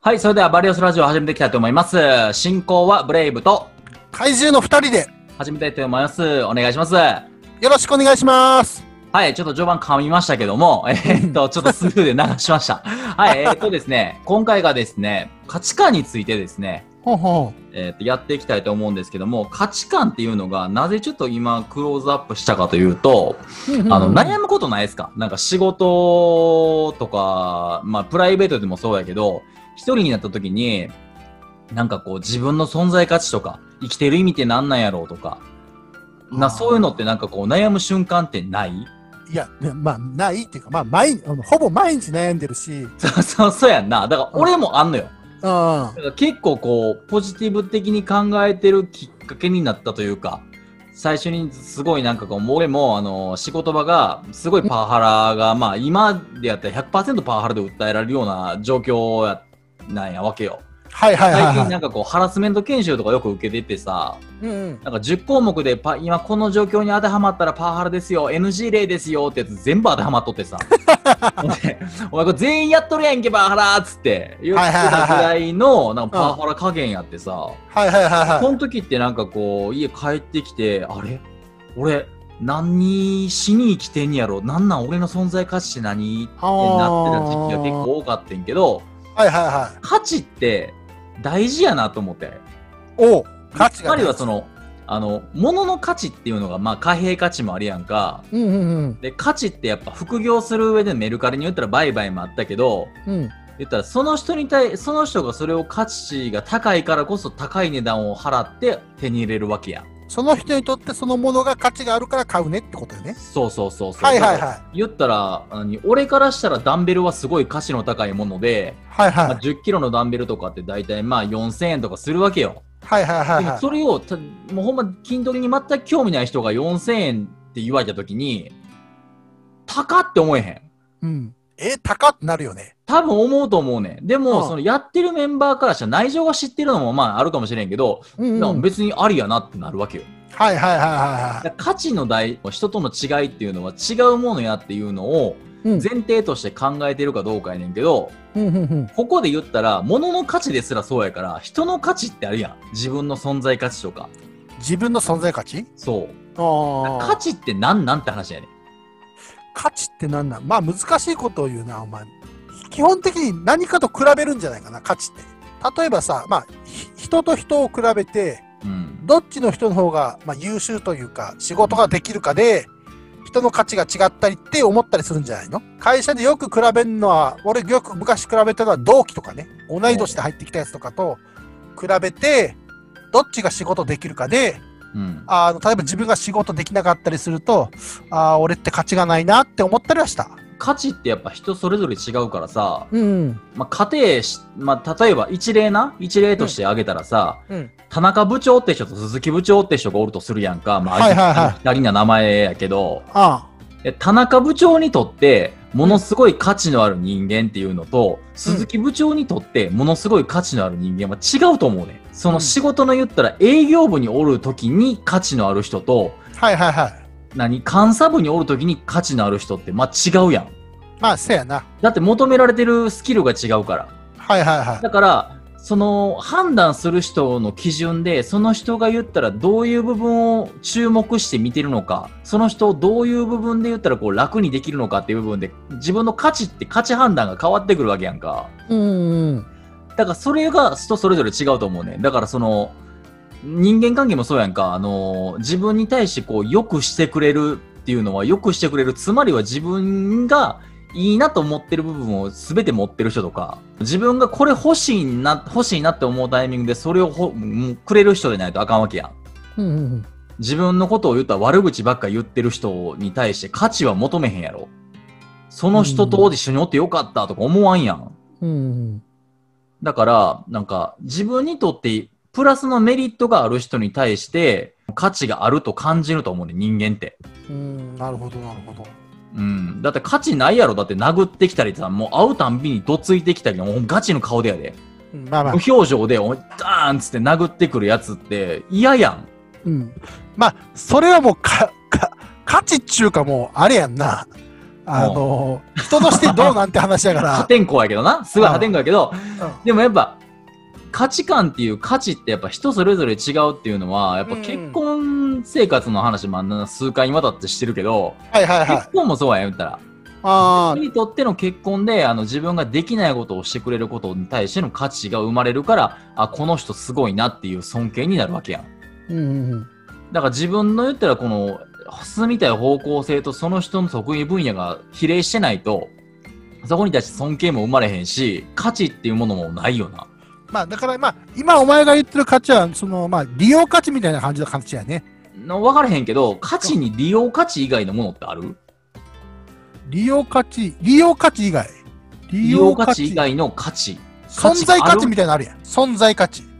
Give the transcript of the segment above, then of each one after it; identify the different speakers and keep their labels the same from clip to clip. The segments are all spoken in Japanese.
Speaker 1: はい、それではバリオスラジオを始めていきたいと思います。進行はブレイブと
Speaker 2: 怪獣の二人で
Speaker 1: 始めたいと思います。お願いします。は
Speaker 2: よろしくお願いします。
Speaker 1: い、ちょっと序盤噛みましたけども、えーっと、ちょっとスルーで流しました。はい、えーっとですね、今回がですね、価値観についてですね、
Speaker 2: ほうほう。
Speaker 1: えーっと、やっていきたいと思うんですけども、価値観っていうのが、なぜちょっと今、クローズアップしたかというと、あの、悩むことないですかなんか仕事とか、まあ、プライベートでもそうやけど、一人になった時に、なんかこう、自分の存在価値とか、生きてる意味って何なんやろうとか、な、そういうのってなんかこう、悩む瞬間ってない
Speaker 2: いや、ねまあ、ないっていうか、まあ、毎日、あのほぼ毎日悩んでるし、
Speaker 1: そうそう、そうやんな。だから、俺もあんのよ。
Speaker 2: うん。は
Speaker 1: だから結構こう、ポジティブ的に考えてるきっかけになったというか、最初にすごいなんかこう、もう俺もあの、仕事場が、すごいパワハラが、まあ今でやったら100%パワハラで訴えられるような状況や、なんやわけよ。
Speaker 2: いはいはい、
Speaker 1: 最近
Speaker 2: は
Speaker 1: ないん。かこう、ハラスメント研修とかよく受けててさ、
Speaker 2: うんうん
Speaker 1: なんか10項目でパ、今この状況に当てはまったらパワハラですよ、NG 例ですよってやつ全部当てはまっとって さ。ほんでお前これ全員やっとるやんけ、パワハラっつって言ってたぐらいのなんかパワハラ加減やってさ、
Speaker 2: はいはいはい
Speaker 1: こ
Speaker 2: はい。
Speaker 1: の時ってなんかこう、家帰ってきて、あれ俺、何しに生きてんやろなんなん俺の存在価値って何ってなってた時期が結構多かったんけど、
Speaker 2: はいはいはい。
Speaker 1: 価値って大事やなと思って。
Speaker 2: おう価値
Speaker 1: やっ
Speaker 2: が、
Speaker 1: ぱりはそ、の、あの、物の価値っていうのが、まあ、貨幣価値もあるやんか。
Speaker 2: うんうん
Speaker 1: で、価値ってやっぱ副業する上でメルカリに言ったら売買もあったけど、
Speaker 2: うん。うん。
Speaker 1: 言ったらその人に対、その人がそれを価値が高いからこそ高い値段を払って手に入れるわけやん。
Speaker 2: その人にとってそのものが価値があるから買うねってことよね。
Speaker 1: そうそうそうそう。
Speaker 2: はいは
Speaker 1: だ
Speaker 2: い
Speaker 1: から
Speaker 2: はい。
Speaker 1: 言ったら、何俺からしたらダンベルはすごい価値の高いもので、
Speaker 2: はいはい。
Speaker 1: まあ、10キロのダンベルとかって大体まあ4000円とかするわけよ。
Speaker 2: はいはいはい
Speaker 1: でも
Speaker 2: は
Speaker 1: それをた、もうほんま筋トレに全く興味ない人が4000円って言われたときに、高って思えへん。
Speaker 2: い。うん。え、高ってなるよね。
Speaker 1: 多分思うと思うねん。でも、
Speaker 2: うん
Speaker 1: そのやってるメンバーからしたら内情が知ってるのもまああるかもしれんけど、
Speaker 2: う
Speaker 1: い
Speaker 2: ん
Speaker 1: や
Speaker 2: うん。はい
Speaker 1: 別にありやなってなるわけよ。
Speaker 2: はいはいはい
Speaker 1: だ
Speaker 2: は
Speaker 1: から価値の大、人との違いっていうのは違うものやっていうのを
Speaker 2: い。うん
Speaker 1: 前提として考えてるかどうかやねんけど、
Speaker 2: うんうんうん。
Speaker 1: ここで言ったら、物の価値ですらそうやから、人の価値ってあるやん。自分の存在価値とか。
Speaker 2: 自分の存在価値
Speaker 1: そう。
Speaker 2: ああ
Speaker 1: 価。値って何なんて話やねん。
Speaker 2: 価値って何なんまあ難しいことを言うなお前基本的に何かと比べるんじゃないかな価値って例えばさまあひ人と人を比べて
Speaker 1: うん。
Speaker 2: どっちの人の方が、まあ、優秀というか仕事ができるかで人の価値が違ったりって思ったりするんじゃないの会社でよく比べるのは俺よく昔比べたのは同期とかね同い年で入ってきたやつとかと比べてどっちが仕事できるかで
Speaker 1: うん。
Speaker 2: あの例えば自分が仕事できなかったりするとあー俺って価値がないなって思ったりはした。
Speaker 1: 価値ってやっぱ人それぞれ違うからさ、
Speaker 2: うん
Speaker 1: まあ、家庭し、まあ、例えば一例な、一例として挙げたらさ、
Speaker 2: うん
Speaker 1: 田中部長って人と鈴木部長って人がおるとするやんか。まあ、
Speaker 2: はいはいはい
Speaker 1: 二人な名前やけど、
Speaker 2: あ
Speaker 1: え田中部長にとって、ものすごい価値のある人間っていうのと、鈴木部長にとって、ものすごい価値のある人間は違うと思うねん。その仕事の言ったら営業部におる時に価値のある人と、
Speaker 2: あはいはいはい
Speaker 1: 何監査部におる時に価値のある人って、まあ違うやん。
Speaker 2: まあせやな
Speaker 1: だって求められてるスキルが違うから。
Speaker 2: はいはいはい
Speaker 1: だから、その判断する人の基準で、その人が言ったらどういう部分を注目して見てるのか、その人をどういう部分で言ったらこう楽にできるのかっていう部分で、自分の価値って価値判断が変わってくるわけやんか。
Speaker 2: うんうん
Speaker 1: だからそれが人それぞれ違うと思うね。だからその、人間関係もそうやんか、あの、自分に対してこう、良くしてくれるっていうのは、良くしてくれる、つまりは自分がいいなと思ってる部分を全て持ってる人とか、自分がこれ欲しいな、欲しいなって思うタイミングでそれをほうんくれる人でないとあかんわけやん。
Speaker 2: うんうん
Speaker 1: 自分のことを言ったら悪口ばっか言ってる人に対して価値は求めへんやろ。その人と一緒におってよかったとか思わんやん
Speaker 2: うん
Speaker 1: だから、なんか、自分にとって、プラスのメリットがある人に対して、価値があると感じると思うね、人間って。
Speaker 2: うんなるほどなるほど
Speaker 1: うん。だって価値ないやろ。だって殴ってきたりさ、もう会うたんびにどついてきたり、もうガチの顔でやで。
Speaker 2: うんまあまあ
Speaker 1: 無表情で、おいダーンっつって殴ってくるやつって嫌やん。
Speaker 2: うんまあそれはもうかか価値っちゅうかもうあれやんなあの、人としてどうなんて話 だか
Speaker 1: 破
Speaker 2: ら、
Speaker 1: 天荒やけどな。すごい破天荒やけど、
Speaker 2: うん
Speaker 1: でもやっぱ、価値観っていう価値ってやっぱ人それぞれ違うっていうのは、やっぱ結婚生活の話もあんな数回にわたってしてるけど、
Speaker 2: はいはいはい
Speaker 1: 結。婚もそうや言ったら。
Speaker 2: あ
Speaker 1: 人にとっての結婚であの自分ができないことをしてくれることに対しての価値が生まれるからあこの人すごいなっていう尊敬になるわけやん
Speaker 2: あ、うんうんうん。
Speaker 1: だから自分の言ったらこの進みたい方向性とその人の得意分野が比例してないとそこに対して尊敬も生まれへんし価値っていうものもないよな
Speaker 2: まあだからまあ、今お前が言ってる価値は、そのまあ、利用価値みたいな感じの形やね。
Speaker 1: の分からへんけど価値に利用価値以外のものってある
Speaker 2: 利用価値、利用価値以外。利
Speaker 1: 利用価値以外の価値
Speaker 2: 存在価
Speaker 1: 価値あ
Speaker 2: 値
Speaker 1: る
Speaker 2: みたいなのあるやん。存在価値。
Speaker 1: だか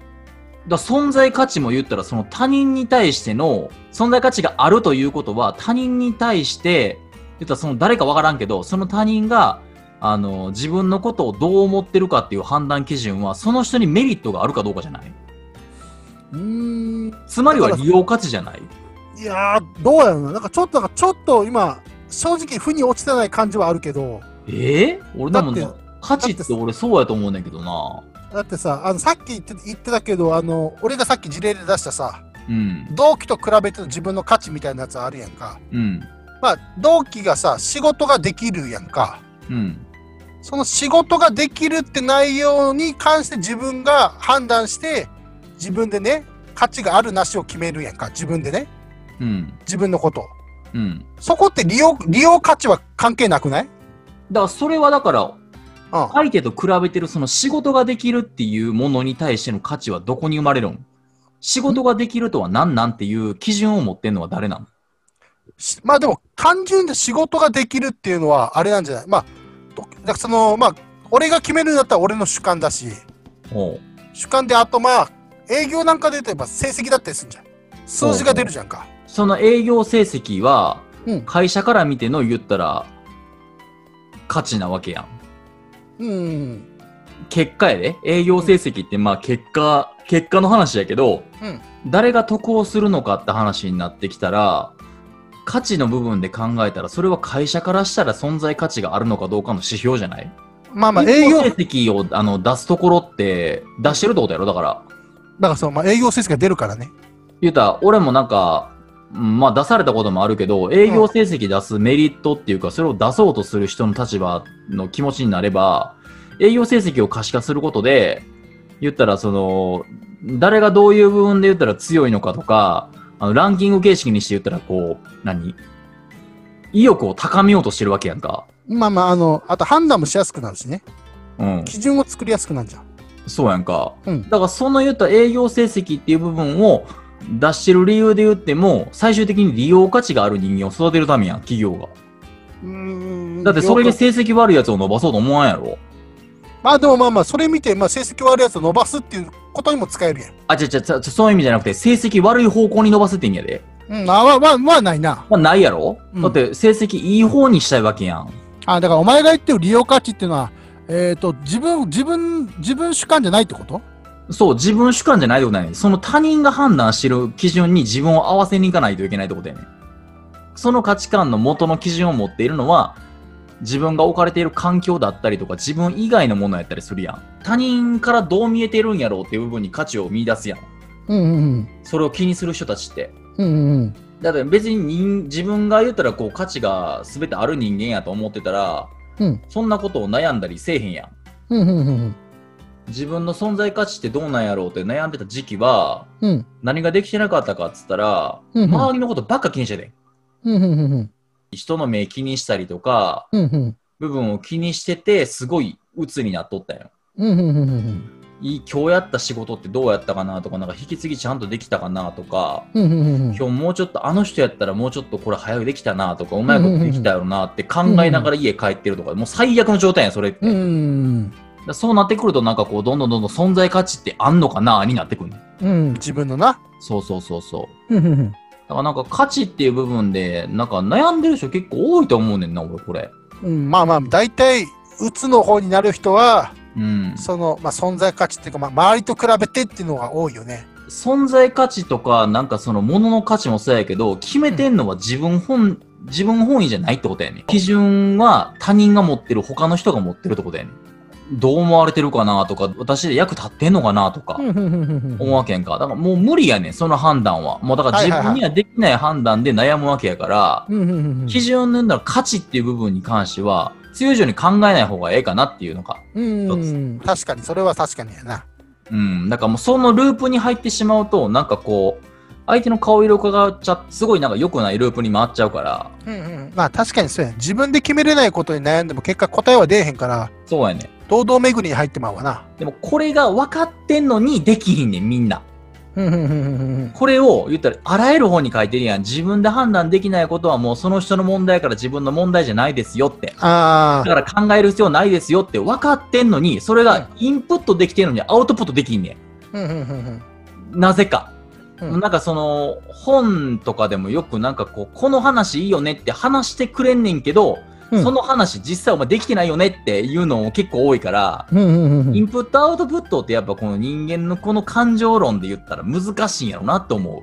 Speaker 1: ら存在価値も言ったらその他人に対しての存在価値があるということは他人に対して言ったらその誰かわからんけどその他人があの自分のことをどう思ってるかっていう判断基準はその人にメリットがあるかどうかじゃないう
Speaker 2: ーん。
Speaker 1: つまりは利用価値じゃない
Speaker 2: いやー、どうやろうな。なんかちょっと、なんかちょっと今、正直、負に落ちてない感じはあるけど、
Speaker 1: えー、俺でも
Speaker 2: だって
Speaker 1: 価値って俺そうやと思うねんだけどな
Speaker 2: だってさ、あの、さっき言って言ってたけど、あの、俺がさっき事例で出したさ、
Speaker 1: うん
Speaker 2: 同期と比べての自分の価値みたいなやつあるやんか。
Speaker 1: うん
Speaker 2: まあ、同期がさ、仕事ができるやんか。
Speaker 1: うん
Speaker 2: その仕事ができるって内容に関して自分が判断して、自分でね、価値があるなしを決めるやんか。自分でね、
Speaker 1: うん
Speaker 2: 自分のこと。
Speaker 1: うん
Speaker 2: そこって利用、利用価値は関係なくない
Speaker 1: だからそれはだから
Speaker 2: うん。
Speaker 1: 相手と比べてるその仕事ができるっていうものに対しての価値はどこに生まれるん仕事ができるとは何なんっていう基準を持ってんのは誰なの
Speaker 2: しまあでも単純で仕事ができるっていうのはあれなんじゃないまあとだからそのまあ俺が決めるんだったら俺の主観だし
Speaker 1: おう
Speaker 2: 主観であとまあ営業なんかで言えば成績だったりするんじゃん数字が出るじゃんか
Speaker 1: その営業成績は
Speaker 2: うん
Speaker 1: 会社から見ての言ったら価値なわけやん。
Speaker 2: うん
Speaker 1: 結果やで営業成績ってまあ結果結果の話やけど、
Speaker 2: うん
Speaker 1: 誰が得をするのかって話になってきたら価値の部分で考えたらそれは会社からしたら存在価値があるのかどうかの指標じゃない
Speaker 2: まあまあ営
Speaker 1: 営
Speaker 2: 業
Speaker 1: 業
Speaker 2: だ
Speaker 1: 成
Speaker 2: か
Speaker 1: 績をあの出すところって出してるってことやろだから
Speaker 2: らそのまあ営業成績が出るからね
Speaker 1: 言うたら俺もなんかうんまあ出されたこともあるけど営業成績出すメリットっていうかそれを出そうとする人の立場の気持ちになれば営業成績を可視化することで言ったらその誰がどういう部分で言ったら強いのかとかあのランキング形式にして言ったらこう何意欲を高めようとしてるわけやんか。
Speaker 2: まあまああのあと判断もしやすくなるしね
Speaker 1: うん、
Speaker 2: 基準を作りやすくなるじゃん
Speaker 1: そうやんか。
Speaker 2: うん
Speaker 1: だからその言った営業成績っていう部分を出してる理由で言っても、最終的に利用価値がある人間を育てるためやん、企業が。
Speaker 2: うん
Speaker 1: だってそれで成績悪いやつを伸ばそうと思わんやろ。
Speaker 2: まあでもまあまあそれ見てまあ成績悪いやつを伸ばすっていうことにも使えるやん
Speaker 1: あ、違う違う違う、そういう意味じゃなくて、成績悪い方向に伸ばせてんやで。
Speaker 2: うんまあまあまあまあないな
Speaker 1: まあ、ないやろ、
Speaker 2: うん
Speaker 1: だって成績いい方にしたいわけやん。
Speaker 2: あだからお前が言ってる利用価値っていうのは、えっと自分自分自分主観じゃないってこと
Speaker 1: そう、自分主観じゃないってことやねん。その他人が判断してる基準に自分を合わせに行かないといけないってことやねん。その価値観の元の基準を持っているのは、自分が置かれている環境だったりとか、自分以外のものやったりするやん。他人からどう見えてるんやろうっていう部分に価値を見出すやん。
Speaker 2: うんうん
Speaker 1: それを気にする人たちって。
Speaker 2: うんうんうん
Speaker 1: だって別に人自分が言ったらこう価値が全てある人間やと思ってたら、
Speaker 2: うん
Speaker 1: そんなことを悩んだりせえへんやん。
Speaker 2: うんうんうん
Speaker 1: 自分の存在価値ってどうなんやろうって悩んでた時期は、
Speaker 2: うん
Speaker 1: 何ができてなかったかっつったら、
Speaker 2: うんうん
Speaker 1: 周りのことばっか気にしてて
Speaker 2: うんうんうんうん
Speaker 1: 人の目気にしたりとか
Speaker 2: うんうん
Speaker 1: 部分を気にしててすごい鬱になっとったんよ
Speaker 2: うんうんうんうん
Speaker 1: いい今日やった仕事ってどうやったかなとかなんか引き継ぎちゃんとできたかなとか
Speaker 2: うんうんうんうん
Speaker 1: 今日もうちょっとあの人やったらもうちょっとこれ早くできたなとかうまいことできたよなって考えながら家帰ってるとかもう最悪の状態やんそれって、
Speaker 2: うん
Speaker 1: だ
Speaker 2: う
Speaker 1: か
Speaker 2: ん
Speaker 1: らそうなってくるとなんかこうどんどんどんどん存在価値ってあんのかなになってくるね
Speaker 2: うん自分のな
Speaker 1: そうそうそうそう
Speaker 2: うんうんうん
Speaker 1: だからなんか価値っていう部分で、なんか悩んでる人結構多いと思うねんな、俺これ。
Speaker 2: うんまあまあ大体うつの方になる人は
Speaker 1: うん。
Speaker 2: その、まあ、存在価値っていうか、まあ、周りと比べてっていうのが多いよね
Speaker 1: 存在価値とか、なんかその物の価値もそうやけど、決めてんのは自分本自分本位じゃないってことやねん。基準は他人が持ってる、他の人が持ってるってことやねん。どう思われてるかなとか、私で役立ってんのかなとか
Speaker 3: う、んうんうんうんうん
Speaker 1: 思うわけやんか。だからもう無理やねん、その判断は。もうだから自分にはできない判断で悩むわけやから、
Speaker 3: うんうんうんうん
Speaker 1: 基準の言うなら価値っていう部分に関しては、強い以上に考えない方がええかなっていうのか。
Speaker 3: うんうん
Speaker 2: 確かに、それは確かにやな。
Speaker 1: うん。だからもうそのループに入ってしまうと、なんかこう、相手の顔色を伺っちゃすごいなんか良くないループに回っちゃうから、
Speaker 2: まあ確かにそうや。自分で決めれないことに悩んでも結果答えは出えへんから、
Speaker 1: そうやねん。
Speaker 2: 堂々巡りに入ってまうわな。
Speaker 1: でもこれが分かってんのにできひんねん、みんな。
Speaker 3: うんうんうんうんうん
Speaker 1: これを言ったら、あらゆる方に書いてるやん。自分で判断できないことはもうその人の問題やから自分の問題じゃないですよって。
Speaker 2: あ
Speaker 1: だから考える必要ないですよって分かってんのに、それがインプットできてんのにアウトプットできんね
Speaker 3: うんうんうんうん
Speaker 1: ん。なぜか。
Speaker 3: うん
Speaker 1: なんかその、本とかでもよくなんかこう、この話いいよねって話してくれんねんけど、
Speaker 3: うん
Speaker 1: その話実際お前できてないよねっていうの結構多いから、
Speaker 3: うんうんうん
Speaker 1: インプットアウトプットってやっぱこの人間のこの感情論で言ったら難しいんやろなと思う。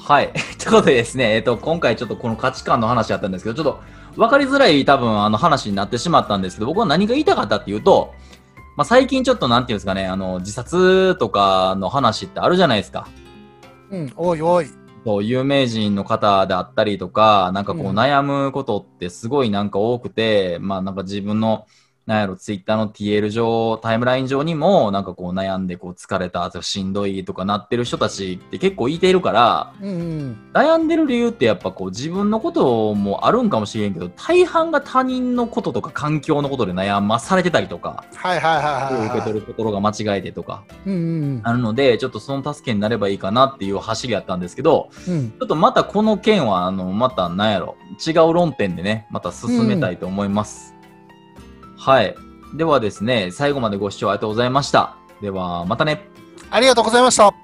Speaker 1: はい。 ということでですね、えっ、と、今回ちょっとこの価値観の話やったんですけど、ちょっと分かりづらい多分あの話になってしまったんですけど、僕は何が言いたかったっていうと、まあ、最近ちょっとなんていうんですかね、あの、自殺とかの話ってあるじゃないですか。
Speaker 2: うん、おいおい。
Speaker 1: そう、有名人の方であったりとか、なんかこう
Speaker 3: うん
Speaker 1: 悩むことってすごいなんか多くて、まあなんか自分の、なんやろ、ツイッターの TL 上、タイムライン上にも、なんかこう悩んでこう疲れた、しんどいとかなってる人たちって結構いているから、
Speaker 3: うん
Speaker 1: 悩んでる理由ってやっぱこう自分のこともあるんかもしれんけど、大半が他人のこととか環境のことで悩まされてたりとか、
Speaker 2: はいはいはいはい、はい。
Speaker 1: 受け取るところが間違えてとか、
Speaker 3: うんうん
Speaker 1: あるので、ちょっとその助けになればいいかなっていう走りやったんですけど、
Speaker 3: うん
Speaker 1: ちょっとまたこの件は、あの、また何やろ、違う論点でね、また進めたいと思います。はい。ではですね、最後までご視聴ありがとうございました。では、またね。
Speaker 2: ありがとうございました。